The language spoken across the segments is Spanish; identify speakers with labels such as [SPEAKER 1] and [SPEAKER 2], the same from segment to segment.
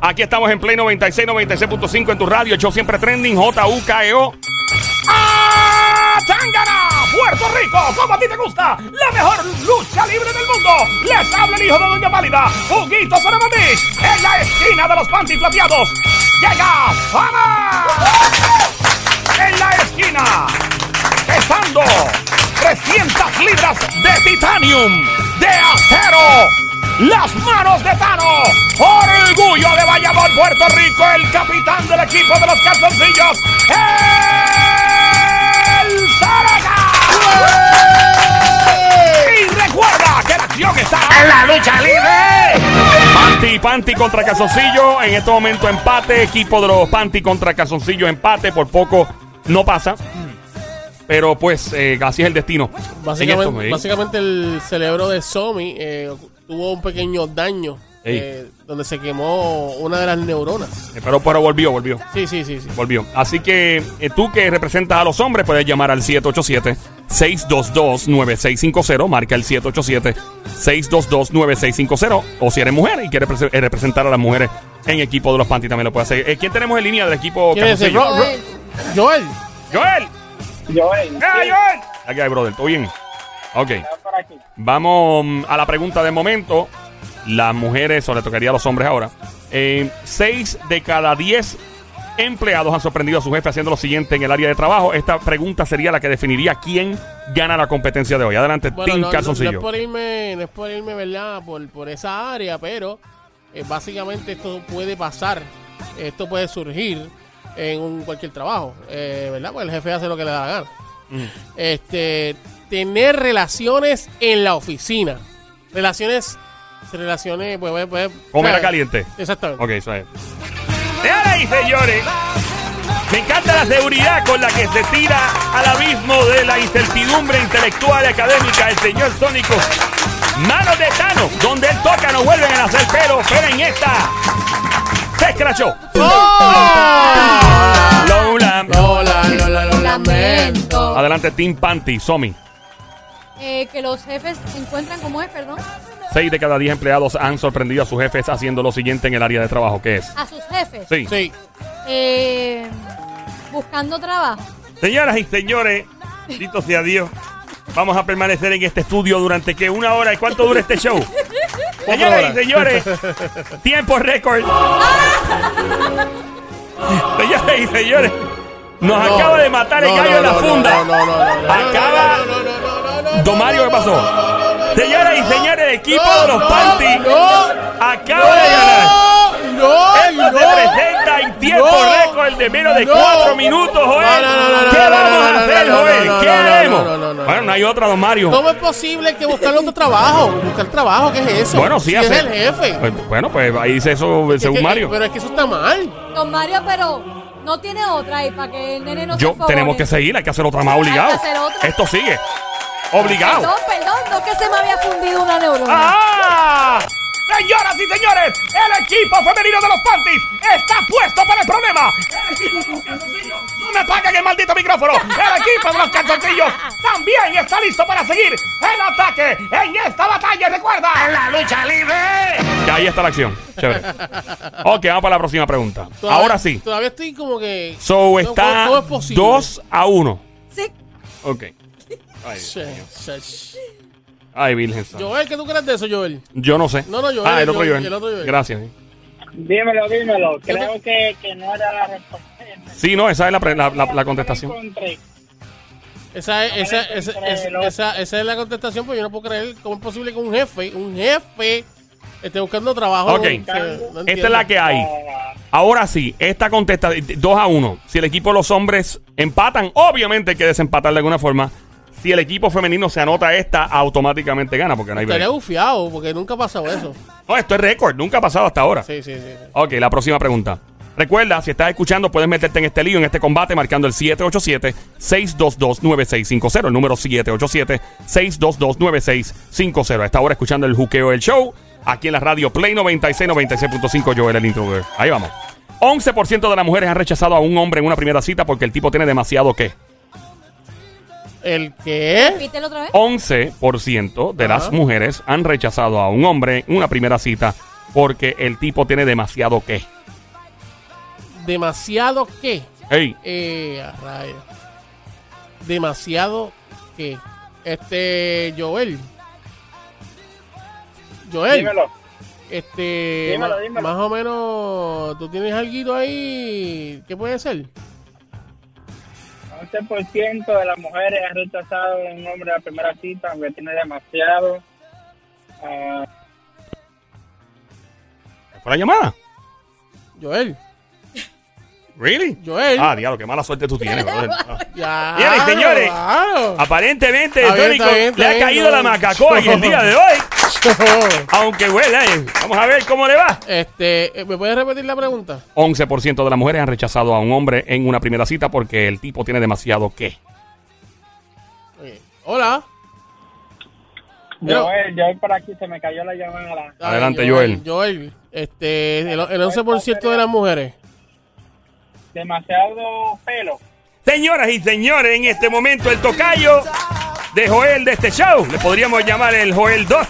[SPEAKER 1] Aquí estamos en Play 96, 96.5 en tu radio. El show siempre trending, J-U-K-E-O. E ¡Ah, Tangana! Puerto Rico, como a ti te gusta, la mejor lucha libre del mundo. Les habla el hijo de Doña Pálida, Huguito Saramandis, en la esquina de los panties plateados. Llega Fama. En la esquina, pesando 300 libras de titanium, de acero. Las manos de Tano, orgullo de Bayamón, Puerto Rico, el capitán del equipo de los calzoncillos, el Zaraga. Y recuerda que la acción está en la lucha libre. Panty, Panty contra Calzoncillo. En este momento empate. Equipo de los Panty contra Calzoncillo. Empate. Por poco no pasa. Pero pues eh, así es el destino. En esto,
[SPEAKER 2] Básicamente,
[SPEAKER 1] ¿eh?
[SPEAKER 2] básicamente el cerebro de Somi eh, tuvo un pequeño daño
[SPEAKER 1] Ey.
[SPEAKER 2] eh, donde se quemó una de las neuronas.
[SPEAKER 1] Eh, Pero, pero volvió, volvió.
[SPEAKER 2] Sí, sí, sí, sí.
[SPEAKER 1] Volvió. Así que eh, tú que representas a los hombres puedes llamar al 787-622-9650. Marca el 787-622-9650. O si eres mujer y quieres prese- eh, representar a las mujeres en equipo de los panty también lo puedes hacer. Eh, ¿Quién tenemos en línea del equipo?
[SPEAKER 2] ¿Quién es ese?
[SPEAKER 1] Carroncillo?
[SPEAKER 2] Ro- Ro- Joel.
[SPEAKER 1] Joel.
[SPEAKER 3] Joel,
[SPEAKER 1] ¡Eh, Joel! Aquí hay, brother. ¿Todo bien? Ok. Vamos mm, a la pregunta de momento. Las mujeres, o le tocaría a los hombres ahora. Eh, seis de cada diez empleados han sorprendido a su jefe haciendo lo siguiente en el área de trabajo. Esta pregunta sería la que definiría quién gana la competencia de hoy. Adelante,
[SPEAKER 2] Bueno,
[SPEAKER 1] Tim
[SPEAKER 2] no, no-
[SPEAKER 1] Calzoncillo.
[SPEAKER 2] no es por irme, no es por irme, ¿verdad? Por, por esa área, pero eh, básicamente esto puede pasar, esto puede surgir en un- cualquier trabajo, eh, ¿verdad? Porque el jefe hace lo que le da la gana.
[SPEAKER 1] Mm.
[SPEAKER 2] Este, tener relaciones en la oficina. Relaciones, relaciones, pues, pues, pues,
[SPEAKER 1] Comer
[SPEAKER 2] o
[SPEAKER 1] a
[SPEAKER 2] sea,
[SPEAKER 1] caliente.
[SPEAKER 2] Exactamente.
[SPEAKER 1] Ok, eso es. Señoras y señores, me encanta la seguridad con la que se tira al abismo de la incertidumbre intelectual y académica el señor Sónico. Manos de Tano, donde él toca no vuelven a nacer pelo, pero en esta se escrachó. Lola.
[SPEAKER 2] ¡Oh! Lola, Lola, lo lamento.
[SPEAKER 4] Lamento.
[SPEAKER 1] Adelante, Team Panty, Somi.
[SPEAKER 4] Eh, que los jefes se encuentran como es, perdón,
[SPEAKER 1] Seis de cada diez empleados han sorprendido a sus jefes haciendo lo siguiente en el área de trabajo, ¿qué es?
[SPEAKER 4] a sus jefes,
[SPEAKER 1] Sí.
[SPEAKER 2] Sí.
[SPEAKER 4] eh, buscando trabajo.
[SPEAKER 1] Señoras y señores, dito sea Dios, vamos a permanecer en este estudio durante que una hora. ¿Y cuánto dura este show? Señoras y
[SPEAKER 2] horas.
[SPEAKER 1] señores, tiempo récord. Señoras y señores, nos
[SPEAKER 2] No,
[SPEAKER 1] acaba de matar el
[SPEAKER 2] no,
[SPEAKER 1] gallo
[SPEAKER 2] no,
[SPEAKER 1] de la
[SPEAKER 2] no,
[SPEAKER 1] funda.
[SPEAKER 2] no, no, no, no, no,
[SPEAKER 1] Acaba-
[SPEAKER 2] no, no, no, no, no, no, no,
[SPEAKER 1] Don Mario, ¿qué
[SPEAKER 2] no, no,
[SPEAKER 1] pasó? Señoras y señores, el equipo
[SPEAKER 2] no,
[SPEAKER 1] de los
[SPEAKER 2] no,
[SPEAKER 1] Panty
[SPEAKER 2] no,
[SPEAKER 1] acaba de ganar.
[SPEAKER 2] No,
[SPEAKER 1] Esto se
[SPEAKER 2] no.
[SPEAKER 1] presenta en tiempo
[SPEAKER 2] No.
[SPEAKER 1] récord de menos de
[SPEAKER 2] No.
[SPEAKER 1] cuatro minutos, Joel.
[SPEAKER 2] No, no, no, no,
[SPEAKER 1] ¿Qué
[SPEAKER 2] no, no,
[SPEAKER 1] vamos
[SPEAKER 2] no,
[SPEAKER 1] a
[SPEAKER 2] no,
[SPEAKER 1] hacer,
[SPEAKER 2] no, no,
[SPEAKER 1] Joel?
[SPEAKER 2] no, no,
[SPEAKER 1] ¿Qué
[SPEAKER 2] no, no,
[SPEAKER 1] haremos?
[SPEAKER 2] no, no, no,
[SPEAKER 1] Bueno, no hay otra, don Mario.
[SPEAKER 2] ¿Cómo es posible que buscar otro trabajo? Buscar trabajo, ¿qué es eso?
[SPEAKER 1] Bueno, sí,
[SPEAKER 2] Si
[SPEAKER 1] hace-
[SPEAKER 2] es el jefe.
[SPEAKER 1] Pues, Bueno, pues ahí dice eso
[SPEAKER 2] Es
[SPEAKER 1] según
[SPEAKER 2] que- eh,
[SPEAKER 1] Mario.
[SPEAKER 2] Pero es que eso está mal.
[SPEAKER 4] Don Mario, pero no tiene otra ahí para que el nene no
[SPEAKER 1] Yo,
[SPEAKER 4] se enfogone.
[SPEAKER 1] tenemos que seguir, hay que hacer otra más
[SPEAKER 4] Hay que
[SPEAKER 1] obligado.
[SPEAKER 4] hacer otra.
[SPEAKER 1] Esto sigue. Obligado.
[SPEAKER 4] Perdón, perdón, no que se me había fundido una neurona.
[SPEAKER 1] ¡Ah! Señoras y señores, el equipo femenino de los Panties está puesto para el problema. El equipo de los calzoncillos, No me pagan el maldito micrófono. El equipo de los calzoncillos también está listo para seguir el ataque en esta batalla. Recuerda, en la lucha libre. ahí está la acción. Chévere. Ok, vamos para la próxima pregunta.
[SPEAKER 2] Todavía-
[SPEAKER 1] Ahora sí.
[SPEAKER 2] Todavía estoy como que.
[SPEAKER 1] So
[SPEAKER 2] no,
[SPEAKER 1] está
[SPEAKER 2] ¿cómo- cómo es posible?
[SPEAKER 1] 2 a 1.
[SPEAKER 4] Sí,
[SPEAKER 1] Ok. Ay,
[SPEAKER 2] Sí, sí, sí.
[SPEAKER 1] ay, Virgen. Santa.
[SPEAKER 2] Joel, ¿qué tú crees de eso, Joel?
[SPEAKER 1] Yo no sé.
[SPEAKER 2] No, no, Joel,
[SPEAKER 1] Ah, el otro
[SPEAKER 2] Joel,
[SPEAKER 1] Joel.
[SPEAKER 2] el otro Joel.
[SPEAKER 1] Gracias. eh.
[SPEAKER 3] Dímelo, dímelo. Creo
[SPEAKER 2] te-
[SPEAKER 3] que, que no era la respuesta.
[SPEAKER 1] Sí, no, esa es la, pre- la, la- la contestación.
[SPEAKER 3] Encontré.
[SPEAKER 2] Esa es, esa,
[SPEAKER 3] me
[SPEAKER 2] esa,
[SPEAKER 3] encontré,
[SPEAKER 2] esa-
[SPEAKER 3] loco.
[SPEAKER 2] esa- esa es la contestación, pues yo no puedo creer cómo es posible que un jefe, un jefe, esté buscando trabajo.
[SPEAKER 1] Ok.
[SPEAKER 2] en- que- no
[SPEAKER 1] Esta
[SPEAKER 2] entiendo.
[SPEAKER 1] es la que hay. Ahora sí, esta contesta 2 a 1. Si el equipo de los hombres empatan, obviamente hay que desempatar de alguna forma. Si el equipo femenino se anota esta, automáticamente gana, porque no hay
[SPEAKER 2] Estaría
[SPEAKER 1] break.
[SPEAKER 2] bufiado, porque nunca ha pasado eso.
[SPEAKER 1] No, esto es récord, nunca ha pasado hasta ahora.
[SPEAKER 2] Sí, sí, sí. sí.
[SPEAKER 1] Ok, la próxima pregunta. Recuerda, si estás escuchando, puedes meterte en este lío, en este combate, marcando el 787-622-9650. El número 787-622-9650. A esta hora escuchando el juqueo del show. Aquí en la radio Play 96, 96.5. Joel, el intruder. Ahí vamos. 11% de las mujeres han rechazado a un hombre en una primera cita porque el tipo tiene demasiado qué.
[SPEAKER 2] ¿El qué?
[SPEAKER 4] repítelo otra vez.
[SPEAKER 1] 11% de las
[SPEAKER 2] Ajá.
[SPEAKER 1] mujeres han rechazado a un hombre en una primera cita porque el tipo tiene demasiado qué.
[SPEAKER 2] demasiado que.
[SPEAKER 1] Ey,
[SPEAKER 2] Eh, a rayos. Demasiado que. Este, Joel. Joel,
[SPEAKER 3] Dímelo.
[SPEAKER 2] este.
[SPEAKER 3] Dímelo,
[SPEAKER 2] ma-
[SPEAKER 3] dímelo.
[SPEAKER 2] Más o menos, tú tienes algo ahí. ¿Qué puede ser?
[SPEAKER 3] 11% de las mujeres han rechazado a un hombre a la primera cita, aunque tiene demasiado. Ah,
[SPEAKER 1] ¿fue la llamada?
[SPEAKER 2] Joel,
[SPEAKER 1] ¿Really?
[SPEAKER 2] Joel.
[SPEAKER 1] Ah, diablo, qué mala suerte tú tienes, brother. Ah.
[SPEAKER 2] ya,
[SPEAKER 1] Bien, señores.
[SPEAKER 2] claro.
[SPEAKER 1] Aparentemente,
[SPEAKER 2] Está bien,
[SPEAKER 1] Tónico
[SPEAKER 2] está bien,
[SPEAKER 1] le
[SPEAKER 2] está
[SPEAKER 1] ha
[SPEAKER 2] bien,
[SPEAKER 1] caído
[SPEAKER 2] no.
[SPEAKER 1] la macacoa en el día de hoy, aunque huela. eh. Vamos a ver cómo le va.
[SPEAKER 2] Este, eh, ¿me puedes repetir la pregunta?
[SPEAKER 1] 11% de las mujeres han rechazado a un hombre en una primera cita porque el tipo tiene demasiado qué.
[SPEAKER 2] Ok. Eh, Hola. Pero-
[SPEAKER 3] Joel, Joel por aquí se me cayó la llamada.
[SPEAKER 1] Adelante,
[SPEAKER 2] Ay,
[SPEAKER 1] Joel.
[SPEAKER 2] Joel, este, el, el 11% de las mujeres.
[SPEAKER 3] Demasiado pelo.
[SPEAKER 1] Señoras y señores, en este momento el tocayo de Joel de este show, le podríamos llamar el Joel 2,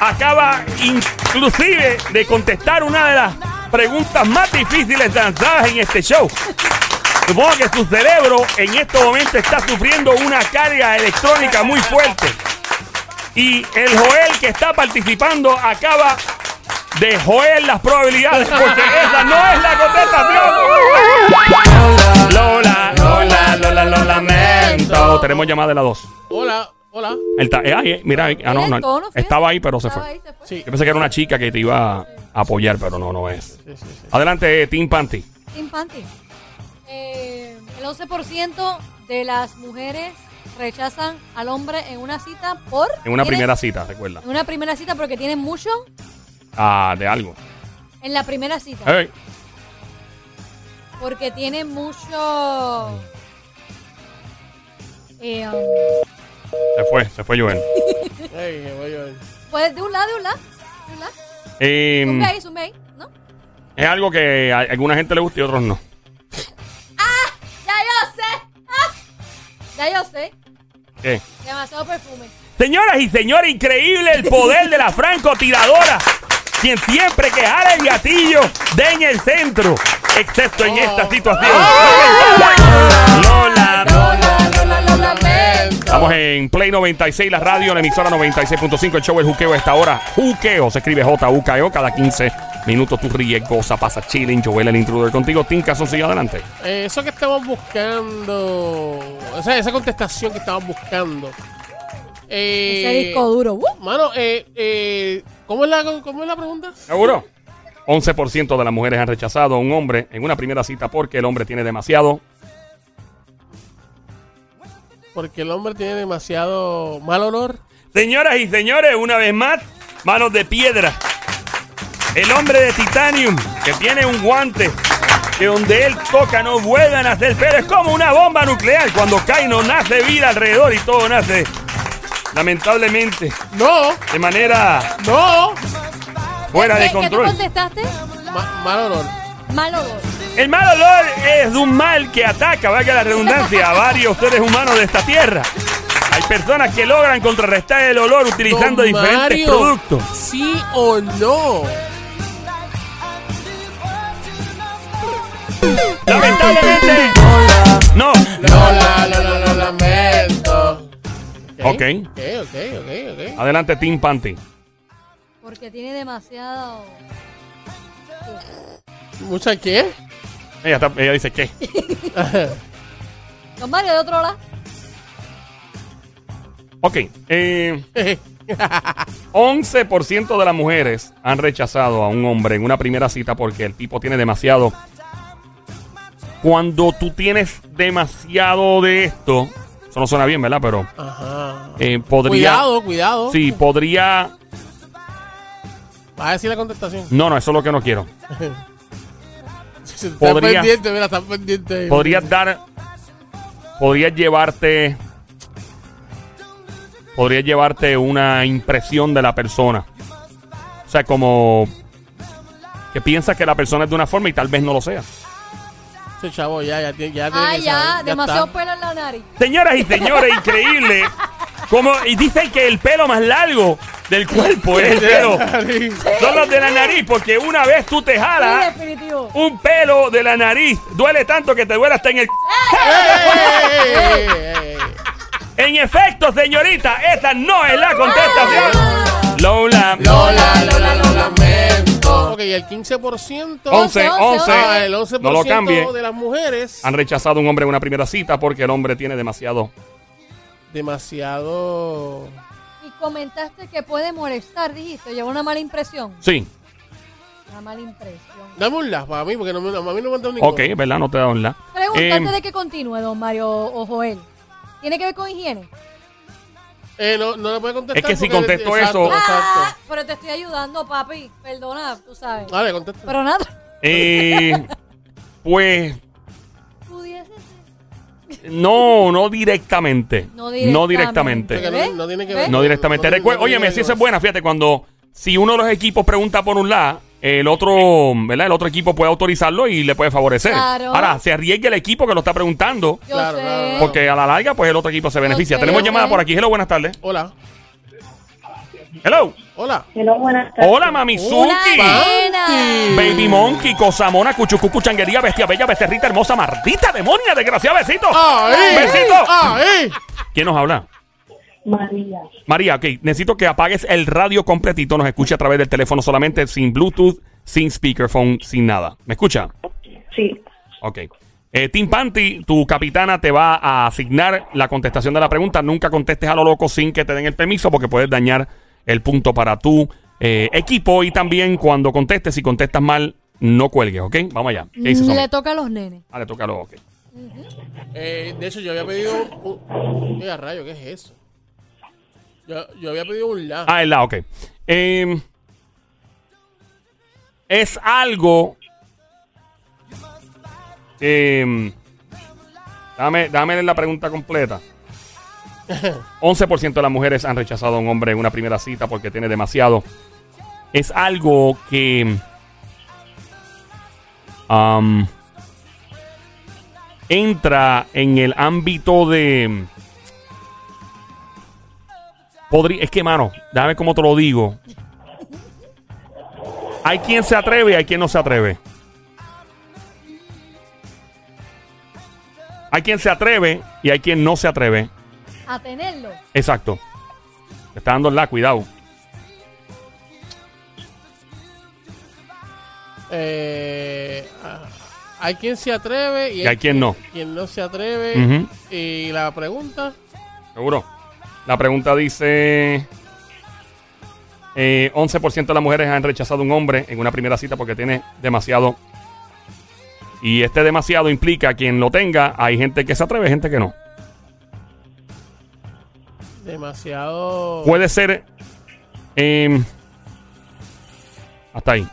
[SPEAKER 1] acaba inclusive de contestar una de las preguntas más difíciles lanzadas en este show. Supongo que su cerebro en este momento está sufriendo una carga electrónica muy fuerte. Y el Joel que está participando acaba de Joel las probabilidades porque esa no es la contestación. Lola, Lola, Lola, lo lamento. Tenemos llamada de la 2.
[SPEAKER 2] Hola, hola.
[SPEAKER 1] Él está, eh, ahí, eh, mira, ahí. ah, no,
[SPEAKER 4] Mira,
[SPEAKER 1] no,
[SPEAKER 4] todo no fue.
[SPEAKER 1] estaba ahí, pero se
[SPEAKER 4] Estaba
[SPEAKER 1] fue.
[SPEAKER 4] ahí, se fue.
[SPEAKER 2] Sí.
[SPEAKER 1] Yo pensé que era una chica que te iba a apoyar, pero no, no es.
[SPEAKER 2] Sí, sí, sí.
[SPEAKER 1] Adelante, Team Panty.
[SPEAKER 4] Team Panty. Eh, el 11% de las mujeres rechazan al hombre en una cita por...
[SPEAKER 1] En una
[SPEAKER 4] tiene-
[SPEAKER 1] primera cita, recuerda.
[SPEAKER 4] En una primera cita porque tienen mucho
[SPEAKER 1] Ah, de algo.
[SPEAKER 4] en la primera cita.
[SPEAKER 1] Ey,
[SPEAKER 4] Porque tienen mucho... Eh, um,
[SPEAKER 1] se fue, se fue Joel.
[SPEAKER 2] Ey, que voy, Joel.
[SPEAKER 4] pues de un lado, de un lado. De un lado.
[SPEAKER 1] Eh,
[SPEAKER 4] Zumbe ahí, zumbe ahí, ¿no?
[SPEAKER 1] es algo que a alguna gente le gusta y otros no.
[SPEAKER 4] ¡Ah! Ya yo sé. ¡Ah! Ya yo sé.
[SPEAKER 1] ¿Qué?
[SPEAKER 4] Demasiado perfume.
[SPEAKER 1] Señoras y señores, increíble el poder de la francotiradora. Quien siempre que jala el gatillo de en el centro, excepto en esta
[SPEAKER 4] Oh.
[SPEAKER 1] situación. Lola, Estamos en Play 96, la radio, la emisora 96.5, el show El Juqueo a esta hora. Juqueo, se escribe J-U-K-O, E cada 15 minutos tú ríes, goza, pasa chilling, Joel el intruder contigo, Tinka, son sigue adelante.
[SPEAKER 2] Eh, eso que estamos buscando, o sea, esa contestación que estamos buscando. Eh,
[SPEAKER 4] Ese disco duro. ¡uh!
[SPEAKER 2] Mano, eh, eh, ¿cómo, es la, ¿cómo es la pregunta?
[SPEAKER 1] ¿Seguro? 11% de las mujeres han rechazado a un hombre en una primera cita porque el hombre tiene demasiado
[SPEAKER 2] Porque el hombre tiene demasiado mal honor.
[SPEAKER 1] Señoras y señores, una vez más, manos de piedra. El hombre de titanium que tiene un guante que donde él toca no vuelve a nacer, pero es como una bomba nuclear. Cuando cae no nace vida alrededor y todo nace, lamentablemente,
[SPEAKER 2] No,
[SPEAKER 1] de manera
[SPEAKER 2] no,
[SPEAKER 1] fuera
[SPEAKER 4] ¿Qué-
[SPEAKER 1] de
[SPEAKER 4] ¿Qué tú
[SPEAKER 1] control.
[SPEAKER 4] contestaste?
[SPEAKER 2] ma- mal honor.
[SPEAKER 4] Mal olor.
[SPEAKER 1] El mal olor es un mal que ataca, valga la redundancia, a varios seres humanos de esta tierra. Hay personas que logran contrarrestar el olor utilizando
[SPEAKER 2] Don
[SPEAKER 1] diferentes
[SPEAKER 2] Mario,
[SPEAKER 1] productos.
[SPEAKER 2] ¿Sí o no?
[SPEAKER 1] Lamentablemente, no.
[SPEAKER 2] Lola, Lola, lo lamento.
[SPEAKER 1] Ok.
[SPEAKER 2] Ok, ok, ok, ok.
[SPEAKER 1] Adelante, Team Panty.
[SPEAKER 4] Porque tiene demasiado.
[SPEAKER 2] ¿Mucha qué?
[SPEAKER 1] Ella, está- ella dice, ¿qué?
[SPEAKER 4] Don Mario, de otro lado.
[SPEAKER 1] Ok. eh, 11% de las mujeres han rechazado a un hombre en una primera cita porque el tipo tiene demasiado. Cuando tú tienes demasiado de esto, eso no suena bien, ¿verdad? Pero
[SPEAKER 2] Ajá.
[SPEAKER 1] eh, podría.
[SPEAKER 2] Cuidado, cuidado.
[SPEAKER 1] Sí, podría.
[SPEAKER 2] Vas a decir la contestación.
[SPEAKER 1] No, no, eso es lo que no quiero.
[SPEAKER 2] Si estás
[SPEAKER 1] Podría-
[SPEAKER 2] pendiente, mira, estás pendiente. ahí.
[SPEAKER 1] Podrías dar. Podrías llevarte. Podrías llevarte una impresión de la persona. O sea, como. Que piensas que la persona es de una forma y tal vez no lo sea.
[SPEAKER 2] Sí, chavo, ya, ya, tiene- ya. tiene
[SPEAKER 4] Ah,
[SPEAKER 2] que saber,
[SPEAKER 4] ya.
[SPEAKER 2] ya
[SPEAKER 4] Demasiado
[SPEAKER 2] está.
[SPEAKER 4] pelo en la nariz.
[SPEAKER 1] Señoras y señores, increíble. Como, y dicen que el pelo más largo del cuerpo, es el pelo. Son los de la nariz, porque una vez tú te jalas,
[SPEAKER 4] definitivo.
[SPEAKER 1] un pelo de la nariz duele tanto que te duele hasta en el.
[SPEAKER 2] ¡Ey, ey, ey, ey!
[SPEAKER 1] En efecto, señorita, esta no es la contestación. Lola.
[SPEAKER 2] Lola, Lola, lo lamento. Ok, el 15%.
[SPEAKER 1] Once, once.
[SPEAKER 2] Ah, el 11%
[SPEAKER 1] Oh. No lo cambie. Ah,
[SPEAKER 2] de las mujeres.
[SPEAKER 1] Han rechazado a un hombre en una primera cita porque el hombre tiene demasiado.
[SPEAKER 2] Demasiado.
[SPEAKER 4] Y comentaste que puede molestar, dijiste. Lleva una mala impresión.
[SPEAKER 1] Sí.
[SPEAKER 4] Una mala impresión.
[SPEAKER 2] Dame un las para mí, porque no, me- a mí no me han dado ningún.
[SPEAKER 1] Ok, es ¿verdad? No te da un la.
[SPEAKER 2] Em.
[SPEAKER 4] Pregunta
[SPEAKER 1] Eh,
[SPEAKER 4] antes de que continúe, don Mario o Joel. ¿Tiene que ver con higiene?
[SPEAKER 2] Eh, no, no le puede contestar.
[SPEAKER 1] Es que si
[SPEAKER 2] porque-
[SPEAKER 1] contesto
[SPEAKER 2] exacto,
[SPEAKER 1] eso-
[SPEAKER 4] Ah,
[SPEAKER 2] Exacto.
[SPEAKER 4] pero te estoy ayudando, papi. Perdona, tú sabes.
[SPEAKER 2] Vale, contesta.
[SPEAKER 4] Pero nada.
[SPEAKER 1] eh, pues
[SPEAKER 4] Pudiese ser.
[SPEAKER 1] no, no directamente.
[SPEAKER 4] No
[SPEAKER 1] No
[SPEAKER 4] directamente.
[SPEAKER 1] directamente.
[SPEAKER 2] Porque
[SPEAKER 4] ¿Ve?
[SPEAKER 2] no, no tiene que
[SPEAKER 4] ¿Ve?
[SPEAKER 2] ver.
[SPEAKER 1] No directamente.
[SPEAKER 2] tiene-
[SPEAKER 1] Recuer-
[SPEAKER 2] no tiene
[SPEAKER 1] óyeme,
[SPEAKER 2] que
[SPEAKER 1] si esa es
[SPEAKER 2] ver.
[SPEAKER 1] buena, fíjate, cuando si uno de los equipos pregunta por un lado, el otro, ¿verdad? El otro equipo puede autorizarlo y le puede favorecer.
[SPEAKER 4] Claro.
[SPEAKER 1] Ahora, se arriesga el equipo que lo está preguntando,
[SPEAKER 4] Yo
[SPEAKER 2] Claro,
[SPEAKER 4] sé.
[SPEAKER 2] claro, claro.
[SPEAKER 1] porque a la larga, pues el otro equipo se beneficia.
[SPEAKER 4] Ok,
[SPEAKER 1] Tenemos
[SPEAKER 4] ok.
[SPEAKER 1] llamada por aquí. Hello, buenas tardes.
[SPEAKER 2] Hola,
[SPEAKER 1] Hello.
[SPEAKER 2] hola.
[SPEAKER 5] Hello, buenas tardes.
[SPEAKER 1] Hola, Mamizuki.
[SPEAKER 4] Hola, nena.
[SPEAKER 1] Baby Monkey, Cosamona, Cuchucucu, Changuería, Bestia Bella, Becerrita Hermosa, Mardita, Demonia, Desgraciada, Besito.
[SPEAKER 2] ¡Ahí!
[SPEAKER 1] ¡Besito!
[SPEAKER 2] Ah. ¡Ahí!
[SPEAKER 1] ¿Quién nos habla?
[SPEAKER 5] María.
[SPEAKER 1] María, ok, necesito que apagues el radio completito. Nos escucha a través del teléfono solamente, sin Bluetooth, sin speakerphone, sin nada. ¿Me escucha?
[SPEAKER 5] Sí.
[SPEAKER 1] Ok. Eh, Team Panty, tu capitana te va a asignar la contestación de la pregunta. Nunca contestes a lo loco sin que te den el permiso porque puedes dañar el punto para tu eh, equipo. Y también cuando contestes, si contestas mal, no cuelgues, ¿ok? Vamos allá. ¿Qué dices,
[SPEAKER 4] Mm, Le
[SPEAKER 1] Somi?
[SPEAKER 4] toca a los nenes.
[SPEAKER 1] Ah, le toca a lo ok.
[SPEAKER 2] Eh, de hecho, yo había pedido. un- Mira, rayo, ¿qué es eso? Yo, yo había pedido un la.
[SPEAKER 1] Ah, el la, ok. Eh, es algo. eh, dame, dame la pregunta completa. 11% de las mujeres han rechazado a un hombre en una primera cita porque tiene demasiado. Es algo que. am, entra en el ámbito de. Podri- es que, mano, déjame cómo te lo digo. Hay quien se atreve y hay quien no se atreve. Hay quien se atreve y hay quien no se atreve.
[SPEAKER 4] A tenerlo.
[SPEAKER 1] Exacto. Te está dando la, cuidado.
[SPEAKER 2] Eh, ah, hay quien se atreve y
[SPEAKER 1] Y hay quien no.
[SPEAKER 2] quien no se atreve.
[SPEAKER 1] Ujú.
[SPEAKER 2] Y la pregunta.
[SPEAKER 1] Seguro. La pregunta dice: eh, 11% de las mujeres han rechazado a un hombre en una primera cita porque tiene demasiado. Y este demasiado implica quien lo tenga. Hay gente que se atreve, gente que no.
[SPEAKER 2] Demasiado.
[SPEAKER 1] Puede ser. eh, hasta ahí.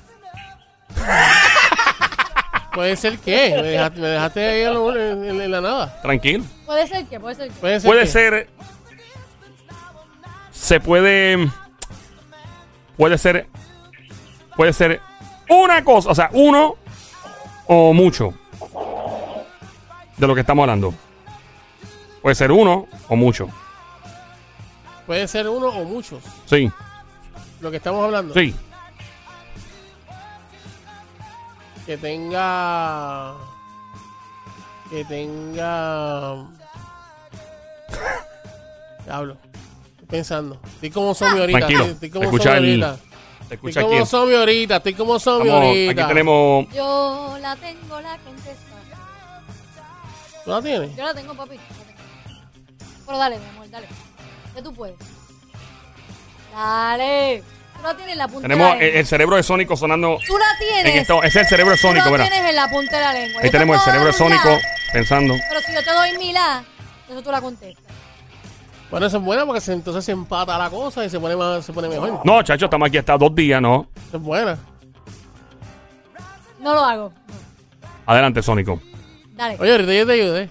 [SPEAKER 2] ¿Puede ser qué? Me dejaste, me dejaste ahí en, lo- en- en- en la nada.
[SPEAKER 1] Tranquilo.
[SPEAKER 4] Puede ser que, puede ser que.
[SPEAKER 2] Puede ser.
[SPEAKER 1] Puede
[SPEAKER 2] qué?
[SPEAKER 1] ser. Se puede. Puede ser. Puede ser una cosa. O sea, uno o mucho. De lo que estamos hablando. Puede ser uno o mucho.
[SPEAKER 2] Puede ser uno o muchos.
[SPEAKER 1] Sí,
[SPEAKER 2] Lo que estamos hablando.
[SPEAKER 1] sí.
[SPEAKER 2] Que tenga. Que tenga. Hablo. Estoy pensando. Estoy como zombie ahorita.
[SPEAKER 1] Tranquilo.
[SPEAKER 2] Estoy, estoy como
[SPEAKER 1] Escucha
[SPEAKER 2] zombie
[SPEAKER 1] el-
[SPEAKER 2] ahorita.
[SPEAKER 1] Se escucha
[SPEAKER 2] Estoy
[SPEAKER 1] aquí.
[SPEAKER 2] como zombie ahorita. Estoy como zombie
[SPEAKER 1] Estamos- aquí
[SPEAKER 2] ahorita.
[SPEAKER 1] tenemos.
[SPEAKER 4] Yo la tengo, la contestación.
[SPEAKER 2] ¿Tú la tienes?
[SPEAKER 4] Yo la tengo, papi. La tengo. Pero dale, mi amor, dale. Que tú puedes. Dale. Tú la tienes en la punta
[SPEAKER 1] Tenemos
[SPEAKER 4] de la
[SPEAKER 1] el,
[SPEAKER 4] lengua.
[SPEAKER 1] el cerebro de Sónico sonando.
[SPEAKER 4] Tú la tienes.
[SPEAKER 1] En esto- es el cerebro de Sónico,
[SPEAKER 4] Tú la
[SPEAKER 1] mira.
[SPEAKER 4] tienes en la punta de la lengua.
[SPEAKER 1] Ahí
[SPEAKER 4] Yo te
[SPEAKER 1] tenemos el
[SPEAKER 4] puedo
[SPEAKER 1] cerebro de
[SPEAKER 4] dar un
[SPEAKER 1] Sónico
[SPEAKER 4] la,
[SPEAKER 1] pensando.
[SPEAKER 4] Pero si yo te doy mi la, eso tú la contestas.
[SPEAKER 2] Bueno, eso es bueno porque se- entonces se empata la cosa y se pone, más, se pone mejor.
[SPEAKER 1] No, chacho, estamos aquí hasta dos días, ¿no?
[SPEAKER 2] Eso es buena.
[SPEAKER 4] No lo hago.
[SPEAKER 1] Adelante, Sónico.
[SPEAKER 4] Dale.
[SPEAKER 2] Oye, ahorita yo te ayudé.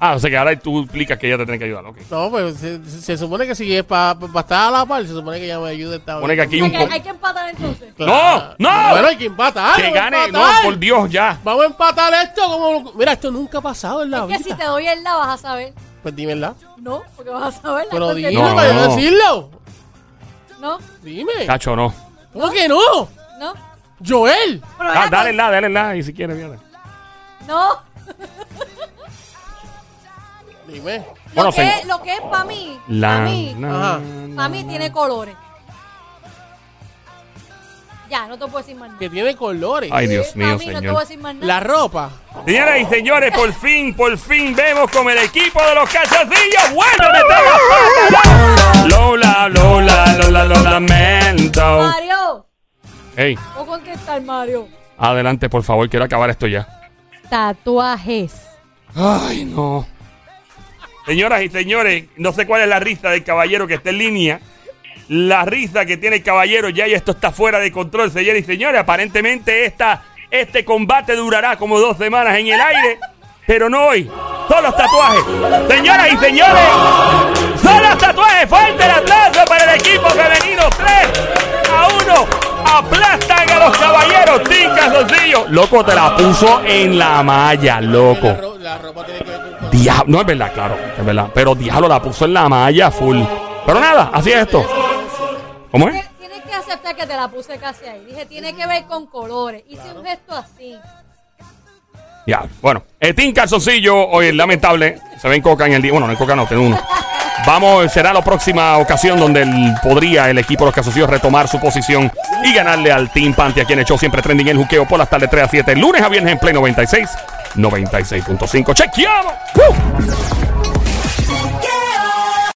[SPEAKER 1] Ah, o sea que ahora tú explicas que ella te tiene que ayudar. Ok.
[SPEAKER 2] No, pues se, se supone que si es para estar a la par, se supone que ya me ayude esta
[SPEAKER 1] Supone que aquí
[SPEAKER 4] O
[SPEAKER 1] hay
[SPEAKER 4] sea
[SPEAKER 1] un
[SPEAKER 4] que
[SPEAKER 1] co-
[SPEAKER 4] hay que empatar entonces.
[SPEAKER 2] Claro.
[SPEAKER 1] ¡No! ¡No!
[SPEAKER 2] Bueno, hay que empatar.
[SPEAKER 1] Que
[SPEAKER 2] vamos a
[SPEAKER 1] gane. No,
[SPEAKER 2] empatar.
[SPEAKER 1] por Dios, ya.
[SPEAKER 2] Vamos a empatar esto como... Mira, esto nunca ha pasado en la
[SPEAKER 4] Es que si
[SPEAKER 2] vida.
[SPEAKER 4] te doy el la, vas a saber.
[SPEAKER 2] Pues dímela.
[SPEAKER 4] No, porque vas a saber la
[SPEAKER 2] Pero
[SPEAKER 4] contestación.
[SPEAKER 2] dime
[SPEAKER 1] No,
[SPEAKER 2] para yo
[SPEAKER 1] no.
[SPEAKER 2] decirlo.
[SPEAKER 4] No,
[SPEAKER 2] Dime.
[SPEAKER 1] Cacho, no.
[SPEAKER 2] ¿Cómo que no?
[SPEAKER 4] no.
[SPEAKER 2] Joel.
[SPEAKER 4] Bueno,
[SPEAKER 1] Da-
[SPEAKER 4] era
[SPEAKER 1] Ah, dale la, dale la, y si quieres, mira.
[SPEAKER 4] con- No.
[SPEAKER 2] Dime.
[SPEAKER 1] Bueno,
[SPEAKER 4] lo, que
[SPEAKER 1] señor.
[SPEAKER 4] es, lo que es para mí,
[SPEAKER 1] La.
[SPEAKER 4] para mí,
[SPEAKER 1] na-
[SPEAKER 2] Ajá.
[SPEAKER 4] pa' mí tiene colores. Ya, no te puedo decir más nada.
[SPEAKER 2] Que tiene colores.
[SPEAKER 1] Ay, Dios
[SPEAKER 4] Pa'
[SPEAKER 1] mío,
[SPEAKER 4] mí, No te voy a
[SPEAKER 1] señor.
[SPEAKER 4] decir más nada.
[SPEAKER 2] La ropa.
[SPEAKER 1] Señoras y señores, por fin, por fin vemos con el equipo de los calzoncillos. Bueno, me está la pata. Lola, Lola, Lola, lo lamento.
[SPEAKER 4] Mario,
[SPEAKER 1] Ey,
[SPEAKER 4] ¿puedo contestar, Mario?
[SPEAKER 1] adelante, por favor, quiero acabar esto ya.
[SPEAKER 4] Tatuajes.
[SPEAKER 1] Ay, no. Señoras y señores, no sé cuál es la risa del caballero que está en línea. La risa que tiene el caballero ya y esto está fuera de control, señores y señores. Aparentemente esta, este combate durará como dos semanas en el aire, pero no hoy. Son los tatuajes. Señoras y señores, son los tatuajes. Fuerte el aplauso para el equipo femenino. 3 a 1. Aplastan a los caballeros. Ticas, los Loco, te la puso en la malla,
[SPEAKER 2] Que
[SPEAKER 1] loco.
[SPEAKER 2] La, ro- la ropa tiene que ver con colores.
[SPEAKER 1] Diablo, no es verdad, claro, es verdad. Pero Diablo la puso en la malla full. Pero nada, así es esto. ¿Cómo es?
[SPEAKER 4] Tienes que aceptar que te la puse casi ahí. Dije, tiene que ver con colores. Hice un gesto así.
[SPEAKER 1] Diablo. Bueno, Etín Calzoncillo, oye, lamentable. Se ven coca en el día. Bueno, no en coca, no, tiene uno. Vamos, será la próxima ocasión donde el- podría el equipo de los calzoncillos retomar su posición y ganarle al Team Panty, a quien echó siempre trending el juqueo por las tardes 3 a 7, lunes a viernes en Play 96, 96.5. ¡Chequeamos! ¡Uh!